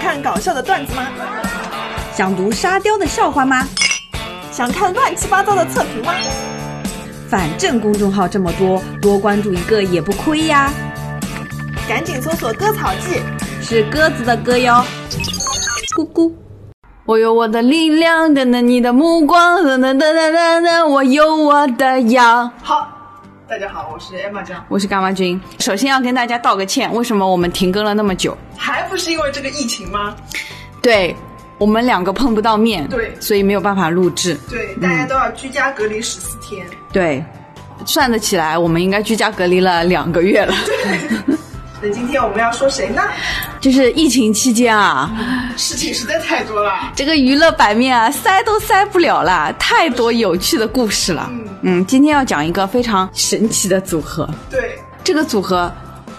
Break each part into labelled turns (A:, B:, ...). A: 看搞笑的段子吗？
B: 想读沙雕的笑话吗？
A: 想看乱七八糟的测评吗？
B: 反正公众号这么多，多关注一个也不亏呀。
A: 赶紧搜索“割草记”，
B: 是鸽子的歌哟。咕咕，
C: 我有我的力量，等等你的目光，等等等等等等，我有我的腰。
D: 好，大家好，我是艾玛酱，
C: 我是干妈君。首先要跟大家道个歉，为什么我们停更了那么久？
D: 还不是因为这个疫情吗？
C: 对，我们两个碰不到面，
D: 对
C: 所以没有办法录制。
D: 对，大家都要居家隔离十四天。
C: 对，算得起来，我们应该居家隔离了两 个月了。
D: 那今天我们要说谁呢？
C: 就是疫情期间啊，
D: 事情实在太多了。
C: 这个娱乐版面啊，塞都塞不了啦，太多有趣的故事了。嗯，今天要讲一个非常神奇的组合，
D: 对，
C: 这个组合，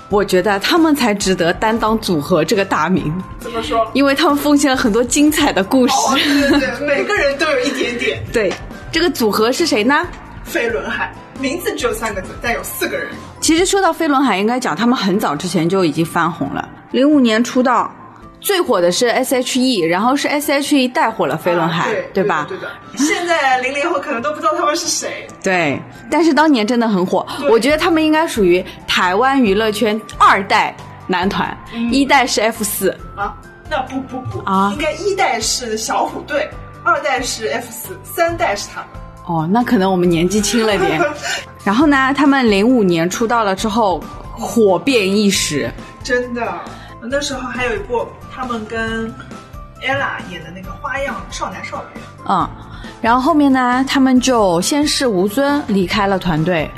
C: 我觉得他们才值得担当组合这个大名，
D: 怎么说？
C: 因为他们奉献了很多精彩的故事。
D: 哦，对对对， 每个人都有一点点。
C: 对，这个组合是谁呢？
D: 飞轮海名字只有三个字，但有四个人。
C: 其实说到飞轮海，应该讲他们很早之前就已经翻红了，零五年出道。最火的是 S.H.E，然后是 S.H.E 带火了飞轮海，
D: 啊对
C: 对吧？
D: 对的。对的现在零零后可能都不知道他们是谁。
C: 对，但是当年真的很火，我觉得他们应该属于台湾娱乐圈二代男团，一代是 F 四，
D: 啊，那不不不
C: 啊
D: 应该一代是小虎队，二代是 F 四，三代是他们。
C: 哦，那可能我们年纪轻了点。 然后呢，他们零五年出道了之后，火遍一时。
D: 真的，那时候还有一部他们跟 ella 演的那个《花样少男少女》，
C: 嗯，然后后面呢，他们就先是吴尊离开了团队，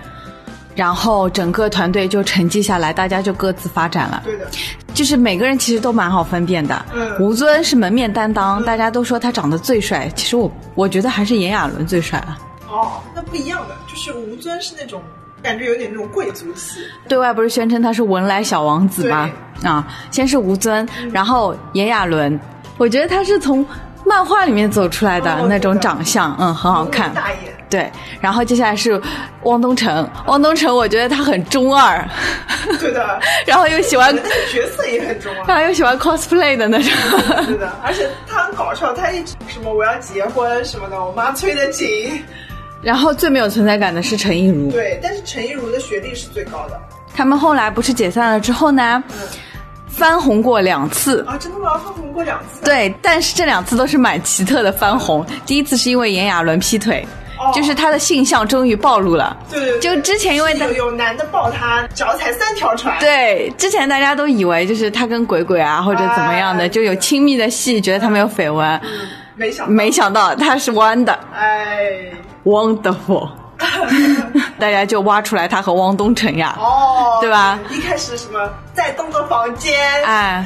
C: 然后整个团队就沉寂下来，大家就各自发展了。
D: 对的，
C: 就是每个人其实都蛮好分辨的。
D: 嗯
C: 吴尊是门面担当，大家都说他长得最帅，其实我我觉得还是炎亚纶最帅啊了。
D: 哦，那不一样的，就是吴尊是那种感觉有点那种贵族气，
C: 对外不是宣称他是文莱小王子吗？啊，先是吴尊，
D: 嗯
C: 然后炎亚纶，我觉得他是从漫画里面走出来的
D: 哦
C: 那种
D: 对的
C: 长相，嗯，很好看
D: 浓眉。大眼，
C: 对，然后接下来是汪东城，汪东城我觉得他很中二，
D: 对的，
C: 然后又喜欢
D: 那，个角色也很重要。
C: 然后又喜欢 cosplay 的那种。
D: 对的，而且他很搞笑，他一直什么我要结婚什么的，我妈催得紧。
C: 然后最没有存在感的是陈亦儒，
D: 对，但是陈亦儒的学历是最高的
C: 他们后来不是解散了之后呢，翻红过两次。
D: 啊！真的吗？他红过两次。
C: 对，但是这两次都是蛮奇特的翻红。第一次是因为炎亚纶劈腿，
D: 哦
C: 就是他的性向终于暴露了。
D: 对对对，
C: 就之前因为他
D: 有有男的抱他，脚踩三条船。
C: 对，之前大家都以为就是他跟鬼鬼啊或者怎么样的，
D: 哎
C: 就有亲密的戏，觉得他们有绯闻，
D: 嗯没想到
C: 没想到他是弯的
D: 哎，
C: ，wonderful，大家就挖出来他和汪东城呀，
D: 哦，
C: 对吧？
D: 一开始什么在东的房间，
C: 哎，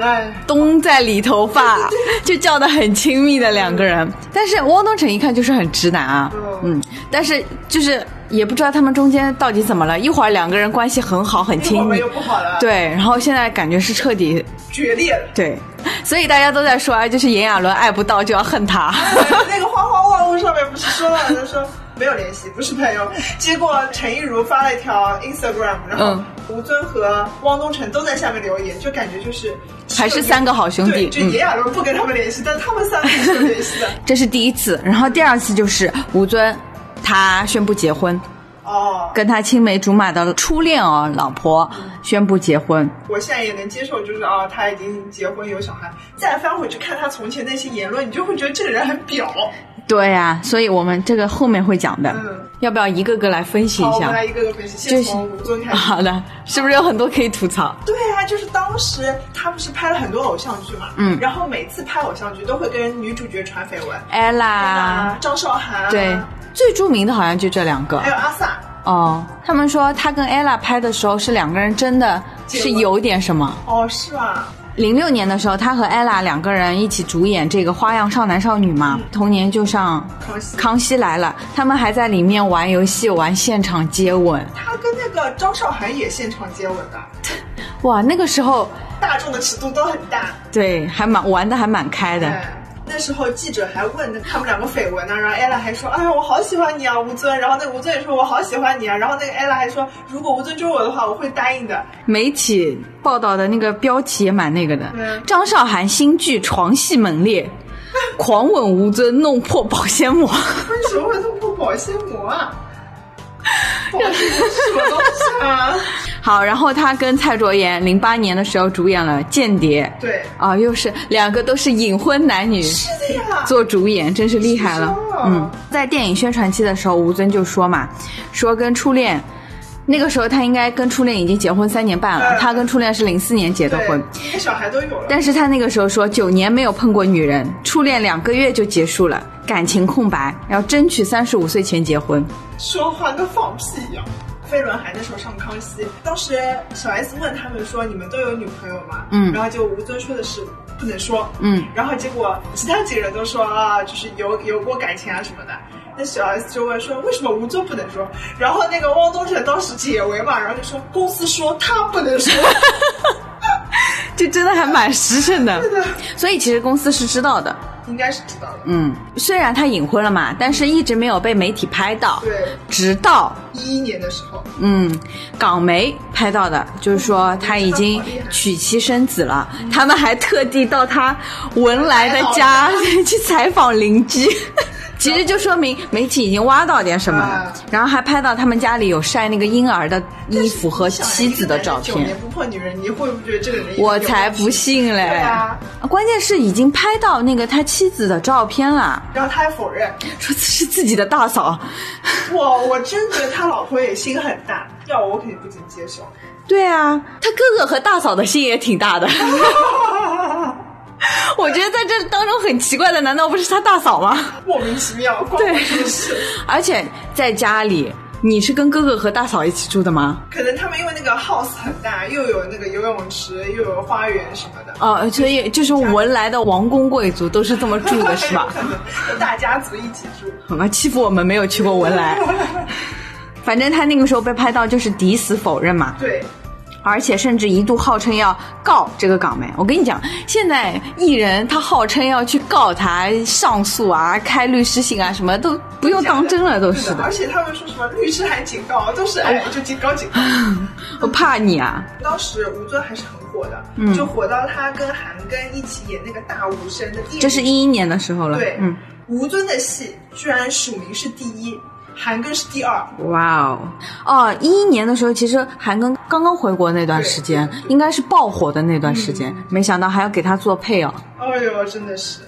D: 哎，
C: 东在理头 发，就叫的很亲密的两个人。但是汪东城一看就是很直男啊，
D: 嗯
C: 嗯，但是就是也不知道他们中间到底怎么了，一会儿两个人关系很好很
D: 一会
C: 亲
D: 儿
C: 密
D: 又，不好了，，
C: 对，然后现在感觉是彻底
D: 决裂 了。
C: 对，所以大家都在说，哎，就是炎亚纶爱不到就要恨他。
D: 哎那个花花万物上面不是说了，他说没有联系，不是朋友。结果陈亦儒发了一条 Instagram，然后
C: 嗯
D: 吴尊和汪东城都在下面留言，就感觉就是
C: 还是三个好兄弟
D: 对
C: 嗯
D: 就炎亚纶不跟他们联系，但他们三个是有联系 的。
C: 这是第一次，然后第二次就是吴尊，他宣布结婚，
D: 哦，
C: 跟他青梅竹马的初恋哦，老婆宣布结婚。
D: 我现在也能接受，就是啊，他已经结婚有小孩，再翻回去看他从前那些言论，你就会觉得这个人很 婊。
C: 对呀、所以我们这个后面会讲的，
D: 嗯
C: 要不要一个个来分析一
D: 好，我
C: 下
D: 们？来一个个分析，
C: 就
D: 先
C: 是
D: 从吴尊开始。
C: 好的，是不是有很多可以吐槽？
D: 对啊，就是当时他不是拍了很多偶像剧嘛，
C: 嗯
D: 然后每次拍偶像剧都会跟女主角传绯闻，
C: ella，
D: 张韶涵啊，
C: 对，最著名的好像就这两个
D: 还有阿 sa，
C: 哦。他们说他跟 ella 拍的时候是两个人真的是有点什么。
D: 哦，是吧？
C: 零六年的时候，他和 ella 两个人一起主演这个《花样少男少女》嘛，
D: 嗯
C: 同年就上
D: 康熙
C: 《康熙来了》，他们还在里面玩游戏、玩现场接吻。
D: 他跟那个张韶涵也现场接吻 的，
C: 哇，那个时候
D: 大众的尺度都很大。
C: 对还蛮玩的还蛮开的。
D: 哎，那那时候记者还问那他们两个绯闻呢、然后 ella 还说，哎呀，我好喜欢你啊，吴尊。然后那个吴尊也说，我好喜欢你啊。然后那个 ella 还说，如果吴尊追我的话，我会答应的。
C: 媒体报道的那个标题也蛮那个的，
D: 嗯
C: 张韶涵新剧床戏猛 烈，狂吻吴尊弄破保鲜膜。
D: 为什么会弄破保鲜膜啊？保鲜膜是什么东西啊？
C: 好，然后她跟蔡卓妍零八年的时候主演了《间谍》，
D: 对，
C: 啊，又是两个都是隐婚男女
D: 是的呀。
C: 做主演，真是厉害了
D: 是啊。
C: 嗯，在电影宣传期的时候，吴尊就说嘛，说跟初恋。那个时候他应该跟初恋已经结婚三年半了，
D: 嗯
C: 他跟初恋是零四年结的
D: 对
C: 婚，，
D: 连小孩都有了。
C: 但是他那个时候说九年没有碰过女人，初恋两个月就结束了，感情空白，要争取三十五岁前结婚。
D: 说话跟放屁啊一样。飞轮海那时候上康熙，当时小 S 问他们说：“你们都有女朋友吗？”
C: 嗯
D: 然后就吴尊说的是不能说，
C: 嗯，
D: 然后结果其他几个人都说啊，就是有有过感情啊什么的。那小 S 就问说：“为什么吴尊不能说？”然后那个汪东城当时解围嘛，然后就说：“公司说他不能说。
C: 这真的还蛮实诚的。所以其实公司是知道的。”
D: 应该是知道的。
C: 嗯，虽然他隐婚了嘛，但是一直没有被媒体拍到。
D: 对，
C: 直到
D: 一一年的时候，
C: 嗯，港媒拍到的，就是说他已经娶妻生子了。他们还特地到他文莱的家去采访邻居， 其实就说明媒体已经挖到点什么了
D: 啊。
C: 然后还拍到他们家里有晒那个婴儿的衣服和妻子的照
D: 九
C: 片
D: 年。不碰女人，你会不会觉得这个人？
C: 我才不！信嘞！
D: 对啊
C: 关键是已经拍到那个他妻子的照片了，
D: 然后他还否认，
C: 说这是自己的大嫂。
D: 哇，我真觉得她老婆也心很大，要我我肯定不能接 受。
C: 对啊，他哥哥和大嫂的心也挺大的。 我觉得在这当中很奇怪的，难道不是他大嫂吗？
D: 莫名其妙，关我什么事？
C: 而且在家里，你是跟哥哥和大嫂一起住的吗？
D: 可能他们因为那个 house 很大，又有那个游泳池，又有花园什么的。
C: 哦，所以就是文莱的王公贵族都是这么住的，是吧？
D: 有大家族一起住，
C: 好吧，欺负 我们没有去过文 莱。反正他那个时候被拍到就是抵死否认嘛，
D: 对，
C: 而且甚至一度号称要告这个港媒。我跟你讲，现在艺人他号称要去告他上诉啊、开律师信啊，什么都不用当真了，都
D: 对的。
C: 是
D: 而
C: 的。哦
D: 且他们说什么律师还警告，都是哎，就警告警 告。
C: 我怕你啊！
D: 当时吴尊还是很火的，
C: 嗯
D: 就火到他跟韩庚一起演那个大无声的第一，
C: 这是一一年的时候了，
D: 对，
C: 嗯，
D: 吴尊的戏居然署名是第一，韩庚是第二，
C: 哇哦，哦，一一年的时候，其实韩庚刚刚回国那段时间，
D: 嗯
C: 应该是爆火的那段时间，没想到还要给他做配偶。
D: 哎呦，真的是。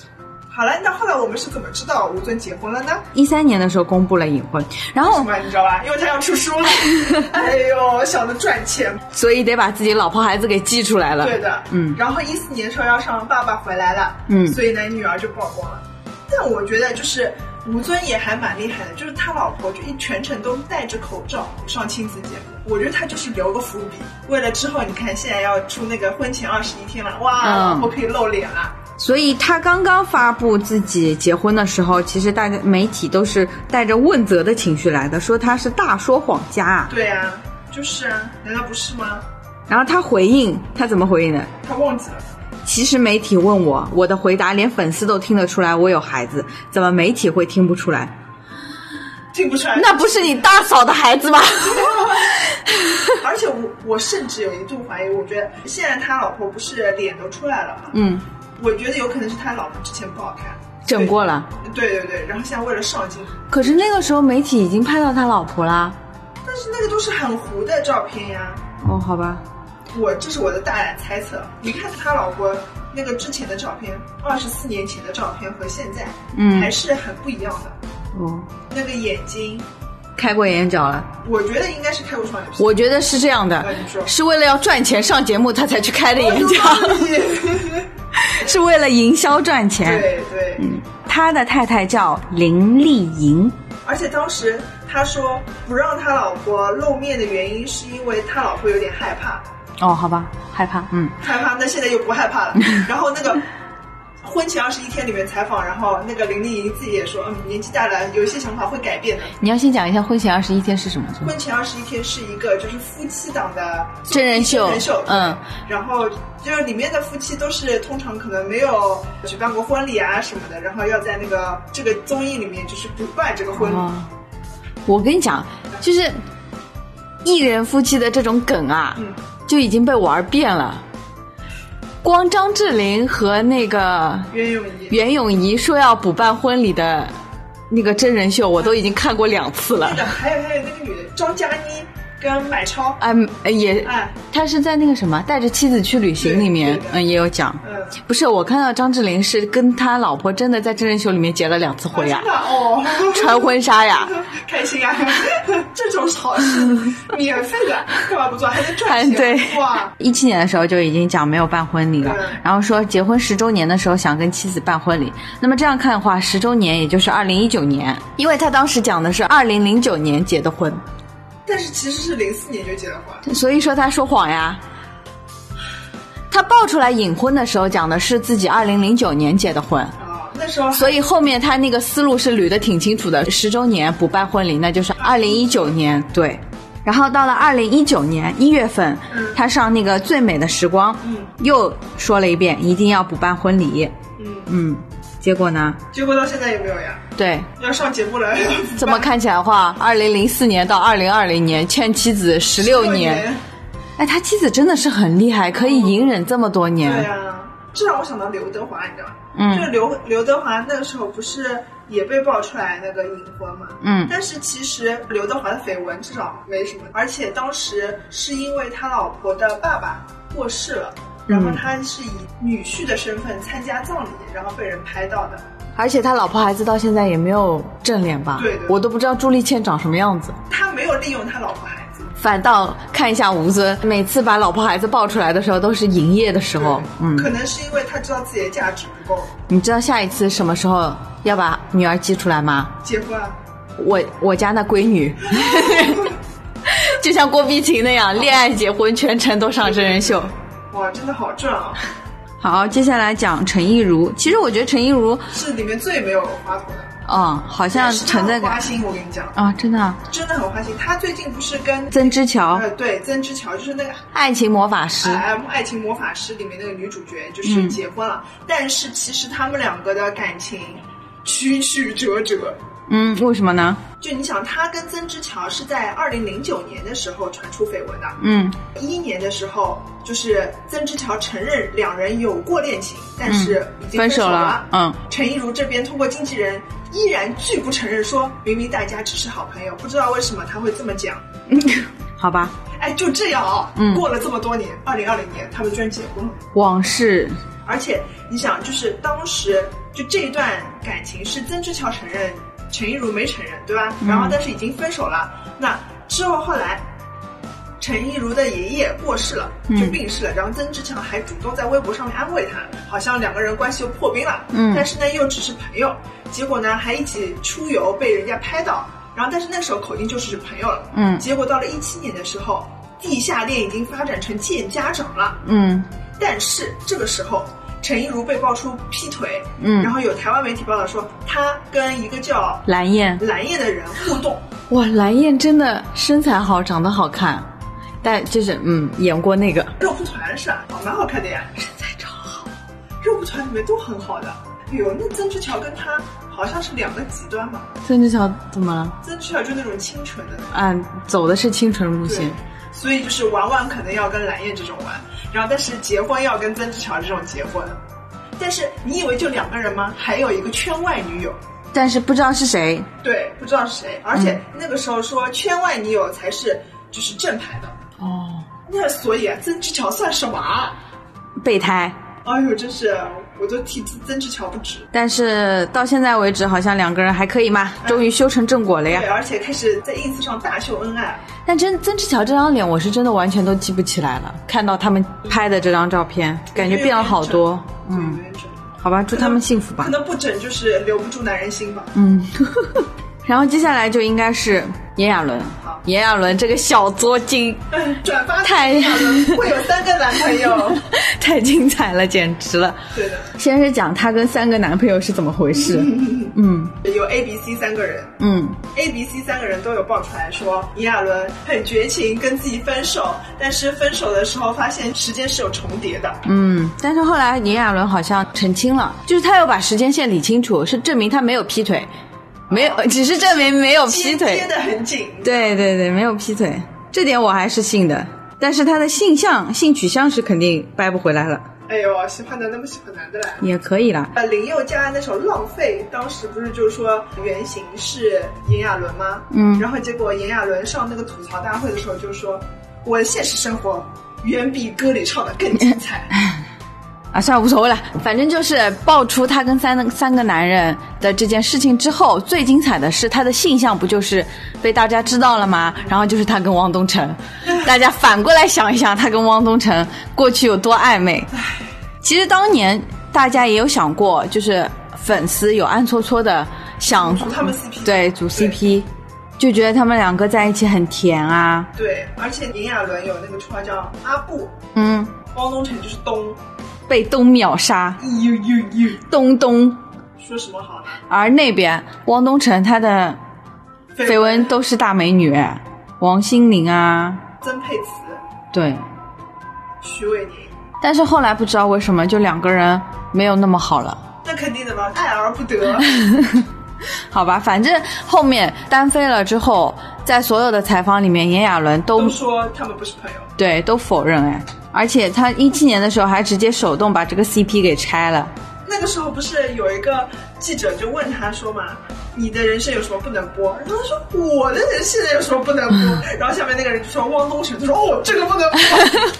D: 好了，那后来我们是怎么知道吴尊结婚了呢？
C: 一三年的时候公布了隐婚，然
D: 为什
C: 后
D: 么你知道吧？因为他要出书 了。哎呦，想着赚钱，
C: 所以得把自己老婆孩子给寄出来了。
D: 对的，
C: 嗯
D: 然后一四年说要上《爸爸回来了》，
C: 嗯
D: 所以呢，女儿就曝光了。但我觉得就是吴尊也还蛮厉害的，就是他老婆就一全程都戴着口罩上亲子节目，我觉得他就是留个伏笔，为了之后你看现在要出那个婚前二十一天了，哇，
C: 嗯
D: 老婆可以露脸了。
C: 所以他刚刚发布自己结婚的时候，其实大家媒体都是带着问责的情绪来的，说他是大说谎家啊。
D: 对啊，就是啊，难道不是吗？
C: 然后他回应，他怎么回应的？
D: 他忘记了。
C: 其实媒体问我，我的回答连粉丝都听得出来，我有孩子，怎么媒体会听不出来？
D: 听不出来，
C: 那不是你大嫂的孩子 吗？
D: 而且我我甚至有一度怀疑，我觉得现在他老婆不是脸都出来了嘛，
C: 嗯，
D: 我觉得有可能是他老婆之前不好看，
C: 整过了。
D: 对对对，然后现在为了上镜，
C: 可是那个时候媒体已经拍到他老婆啦。
D: 但是那个都是很糊的照片呀，
C: 哦，好吧，
D: 我这是我的大胆猜测，你看他老婆那个之前的照片，二十四年前的照片和现在，
C: 嗯
D: 还是很不一样的，
C: 哦，
D: 那个眼睛，
C: 开过眼角了。
D: 我觉得应该是开过双眼皮，
C: 我觉得是这样的
D: 那你说，
C: 是为了要赚钱上节目，他才去开的眼角。是为了营销赚 钱。
D: 对对，
C: 嗯他的太太叫林丽莹，
D: 而且当时他说不让他老婆露面的原因，是因为他老婆有点害怕，
C: 哦，好吧，害怕，嗯，
D: 害怕。那现在又不害怕了。然后那个婚前二十一天里面采访，然后那个林丽莹自己也说，嗯，年纪大了，有一些想法会改变的。
C: 你要先讲一下《婚前二十一天》是什么？是吗
D: 婚前二十一天是一个就是夫妻档的
C: 真人秀
D: 真人秀，
C: 嗯，
D: 然后就是里面的夫妻都是通常可能没有举办过婚礼啊什么的，然后要在那个这个综艺里面就是不办这个婚礼，
C: 哦，我跟你讲，就是艺人夫妻的这种梗啊，
D: 嗯
C: 就已经被玩遍了。光张智霖和那个
D: 袁咏仪。
C: 袁咏仪说要补办婚礼的那个真人秀，我都已经看过两次了
D: 对。的，还有还有那个女的张嘉倪跟买超，
C: 啊，呃也
D: 哎，
C: 他是在那个什么带着妻子去旅行里面
D: 对对，的
C: 嗯，也有讲。
D: 嗯，
C: 不是，我看到张智霖是跟他老婆真的在真人秀里面结了两次婚呀
D: 真，的哦，
C: 穿婚纱呀，
D: 开心啊！这种好事 免费的，干嘛不做？还能赚钱？
C: 哎对
D: 哇！
C: 一七年的时候就已经讲没有办婚礼了
D: 对，
C: 然后说结婚十周年的时候想跟妻子办婚礼。那么这样看的话，十周年也就是二零一九年，因为他当时讲的是二零零九年结的婚，
D: 但是其实是零四年就结了婚，
C: 所以说他说谎呀。他爆出来隐婚的时候讲的是自己二零零九年结的婚，
D: 啊、那时候
C: 所以后面他那个思路是捋得挺清楚的。十周年补办婚礼，那就是二零一九年对。然后到了二零一九年一月份
D: 嗯，
C: 他上那个《最美的时光》，
D: 嗯
C: 又说了一遍一定要补办婚礼，
D: 嗯，
C: 嗯，结果呢？
D: 结果到现在也没有呀，
C: 对，
D: 要上节目 了，
C: 这么看起来的话，二零零四年到二零二零年欠妻子十六
D: 六
C: 年，，哎，他妻子真的是很厉害，可以隐忍这么多
D: 对啊
C: 年，
D: 呀、这让我想到刘德华，你知道吗？
C: 嗯
D: 就是刘刘德华那个时候不是也被爆出来那个隐婚嘛，
C: 嗯
D: 但是其实刘德华的绯闻至少没什么，而且当时是因为他老婆的爸爸过世了，然后
C: 嗯
D: 他是以女婿的身份参加葬礼，然后被人拍到的。
C: 而且他老婆孩子到现在也没有正脸吧？
D: 对对
C: 我都不知道朱丽倩长什么样子。
D: 他没有利用他老婆孩子，
C: 反倒看一下吴尊，每次把老婆孩子抱出来的时候都是营业的时候。嗯，
D: 可能是因为他知道自己的价值不够，
C: 你知道下一次什么时候要把女儿寄出来吗？
D: 结婚啊，
C: 我我家那闺 女，就像郭碧婷那样，恋爱结婚全程都上真人秀。
D: 哇，真的好赚啊！
C: 好，接下来讲陈亦儒。其实我觉得陈亦儒，
D: 是里面最没有花头的，
C: 嗯，好像
D: 但是他
C: 存在
D: 很花
C: 感
D: 心。我跟你讲，
C: 啊，真的啊、
D: 真的很花心。他最近不是跟
C: 曾之乔，
D: 呃对曾之乔，就是那个
C: 爱情魔法师。
D: 《呃爱情魔法师》里面那个女主角就是
C: 嗯
D: 结婚了，但是其实他们两个的感情曲曲折折。
C: 嗯，为什么呢？
D: 就你想，他跟曾之乔是在二零零九年的时候传出绯闻的，
C: 嗯
D: 一一年的时候，就是曾之乔承认两人有过恋情，但是已经
C: 嗯分手
D: 手
C: 了嗯，
D: 陈亦儒这边通过经纪人依然拒不承认说，明明大家只是好朋友，不知道为什么他会这么讲。
C: 好吧，
D: 哎，就这样啊、
C: 嗯
D: 过了这么多年，二零二零年他们居然结婚了。
C: 往事
D: 而且你想，就是当时就这一段感情是曾之乔承认，陈亦儒没承认，对吧？然
C: 嗯
D: 后但是已经分手了。那之后后来，陈亦儒的爷爷过世了，就
C: 嗯
D: 病逝了。然后曾之乔还主动在微博上面安慰他，好像两个人关系又破冰了。
C: 嗯
D: 但是呢又只是朋友，结果呢还一起出游被人家拍到。然后但是那时候口音就是朋友了。
C: 嗯
D: 结果到了一七年的时候，地下恋已经发展成见家长了。
C: 嗯
D: 但是这个时候，陈亦儒被爆出劈腿，
C: 嗯
D: 然后有台湾媒体报道说，他跟一个叫
C: 蓝燕。
D: 蓝叶的人互动，
C: 哇，蓝燕真的身材好，长得好看，但就是嗯，演过那个
D: 肉蒲团是吧？哦，蛮好看的呀，身材超好，肉蒲团里面都很好的。哎呦，那曾之乔跟他好像是两个极端嘛，
C: 孙志乔怎么了？
D: 曾之乔就那种清纯的，
C: 啊，走的是清纯路
D: 对
C: 线。，
D: 所以就是玩玩可能要跟蓝叶这种玩，然后但是结婚要跟曾之乔这种结婚。但是你以为就两个人吗？还有一个圈外女友，
C: 但是不知道是谁，
D: 对，不知道是谁，而
C: 嗯
D: 且那个时候说圈外女友才是就是正牌的，
C: 哦，
D: 那所以啊，曾之乔算什么啊？
C: 备胎。
D: 哎呦，真是我都替曾之乔不值。
C: 但是到现在为止，好像两个人还可以嘛，终于修成正果了呀
D: 嗯对，。而且开始在 ins 上大秀恩爱，
C: 但真曾志乔这张脸，我是真的完全都记不起来了。看到他们拍的这张照片，感觉变了好多。嗯
D: 有，点整，
C: 好吧，祝他们幸福吧
D: 可。能不整就是留不住男人心吧。
C: 嗯，然后接下来就应该是炎亚纶
D: 好，
C: 炎亚纶这个小作精，
D: 嗯，转发哎
C: 太
D: 给他们会有三个男朋友，
C: 太精彩了，简直了！
D: 对的，
C: 先是讲她跟三个男朋友是怎么回事，嗯
D: 有 A、B、C 三个人
C: 嗯，
D: ，A、B、C 三个人都有爆出来说，炎亚纶很绝情，跟自己分手，但是分手的时候发现时间是有重叠的。
C: 嗯，但是后来炎亚纶好像澄清了，就是他又把时间线理清楚，是证明他没有劈腿，没有，只是证明没有劈
D: 贴
C: 腿
D: 贴。的很紧，
C: 对对对，没有劈腿，这点我还是信的。但是他的性向、性取向是肯定掰不回来了，
D: 哎呦，喜欢男的不喜欢男的啦。
C: 也可以啦。
D: 呃，林宥嘉那首《浪费》，当时不是就说原型是炎亚纶吗？
C: 嗯
D: 然后结果炎亚纶上那个吐槽大会的时候就说，我的现实生活远比歌里唱的更精彩。
C: 啊，算了，无所谓了，反正就是爆出他跟三三个男人的这件事情之后，最精彩的是他的性向不就是被大家知道了吗？然后就是他跟汪 东城，大家反过来想一想，他跟汪东城过去有多暧昧。其实当年大家也有想过，就是粉丝有暗搓搓的想
D: 组他们 CP
C: 对，组 CP，就觉得他们两个在一起很甜啊，
D: 对，而且炎亚纶有那个绰号叫阿布，
C: 嗯，
D: 汪东城就是东，
C: 被东秒杀，
D: 呦呦呦，
C: 东东。
D: 说什么好呢？
C: 而那边汪东城他的绯闻都是大美女，王心凌啊，
D: 曾沛慈、
C: 对。
D: 徐伟宁，
C: 但是后来不知道为什么，就两个人没有那么好了，
D: 那肯定的嘛，爱而不得。
C: 好吧？反正后面单飞了之后，在所有的采访里面，炎亚纶都
D: 都说他们不是朋友，
C: 对都否认哎，而且他一七年的时候还直接手动把这个 CP 给拆了。
D: 那个时候不是有一个记者就问他说嘛，你的人生有什么不能播？然后他说我的人生有什么不能 播？然后下面那个人就说汪东城，他说哦这个不能播。，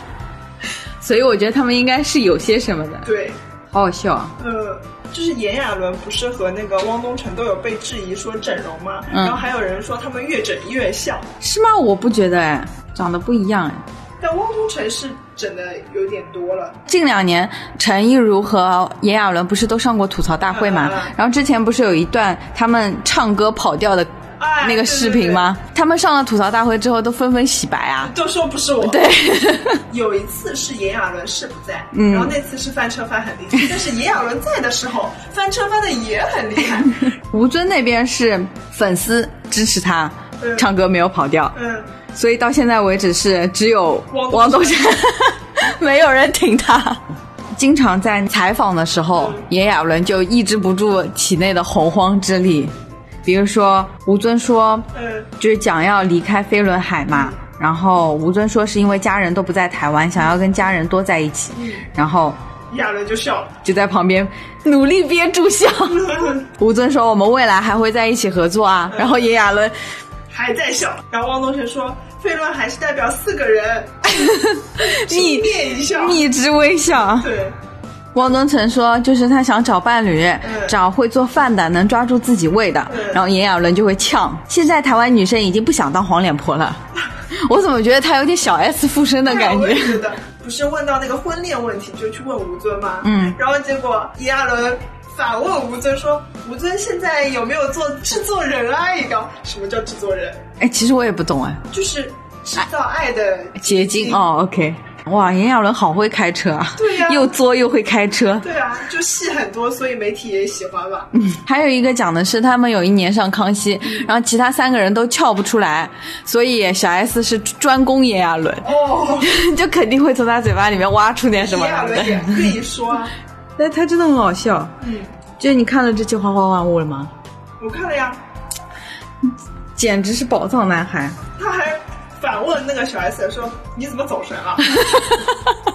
C: 所以我觉得他们应该是有些什么的
D: 对，
C: 好好笑啊！
D: 呃，就是炎亚纶不是和那个汪东城都有被质疑说整容嘛，
C: 嗯
D: 然后还有人说他们越整越像，
C: 是吗？我不觉得哎，长得不一样哎。
D: 但汪东城是整的有点多了，
C: 近两年，陈亦儒和炎亚纶不是都上过吐槽大会嘛
D: 嗯嗯嗯？
C: 然后之前不是有一段他们唱歌跑调的
D: 哎
C: 那个视频吗？他们上了吐槽大会之后都纷纷洗白啊。
D: 都说不是我。
C: 对，
D: 有一次是炎亚纶是不在，
C: 嗯
D: 然后那次是翻车翻很厉 害，但是炎亚纶在的时候翻车翻的也很厉 害，
C: 吴尊那边是粉丝支持他
D: 嗯
C: 唱歌没有跑调，
D: 嗯。
C: 所以到现在为止是只有
D: 汪
C: 汪东
D: 东
C: 城， 没有人挺他。经常在采访的时候，炎亚纶就抑制不住体内的洪荒之力，比如说吴尊说
D: 嗯
C: 就是讲要离开飞轮海嘛。然后吴尊说是因为家人都不在台湾，想要跟家人多在一起，然后
D: 嗯亚纶就笑 了。
C: 就在旁边努力憋住 笑。吴尊说我们未来还会在一起合 作啊。然后炎亚纶
D: 还在笑，然后汪东城说：“费论还是代表四个 人，轻
C: 逆
D: 蔑一笑。
C: 逆之微笑”。
D: 对，
C: 汪东城说就是他想找伴侣，找会做饭的，能抓住自己胃的。
D: 嗯
C: 然后炎亚纶就会呛。现在台湾女生已经不想当黄脸婆 了，我怎么觉得她有点小 S 附身的感
D: 哎我也
C: 觉？
D: 觉得不是问到那个婚恋问题就去问吴尊吗？
C: 嗯，
D: 然后结果炎亚纶反问吴尊说：“吴尊现在有没有做制作人啊？一个什么叫制作人？
C: 哎，其实我也不懂哎。
D: 就是制造爱的
C: 结晶。哦，OK，哇，炎亚纶好会开车啊，
D: 对呀
C: 又作又会开车。
D: 对啊，就戏很多，所以媒体也喜欢吧。
C: 还有一个讲的是他们有一年上康熙，然后其他三个人都撬不出来，所以小 S 是专攻炎亚纶，
D: 哦，
C: 就肯定会从他嘴巴里面挖出点什
D: 炎
C: 么
D: 亚
C: 来
D: 纶也
C: 的。
D: 可以说啊，
C: 但他真的很好笑，
D: 嗯，
C: 就是你看了这期《花花万物》了吗？
D: 我看了呀，
C: 简直是宝藏男孩。
D: 他还反问那个小 S 说：“你怎么走神啊了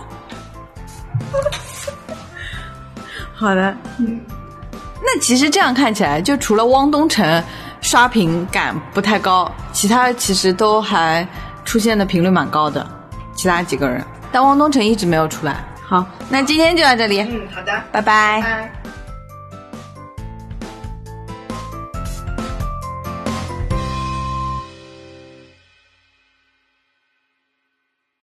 C: 好的，？”
D: 嗯，
C: 那其实这样看起来，就除了汪东城刷屏感不太高，其他其实都还出现的频率蛮高的，其他几个人，但汪东城一直没有出来。好，那今天就到这里，
D: 嗯，好的，
C: 拜拜
D: 拜。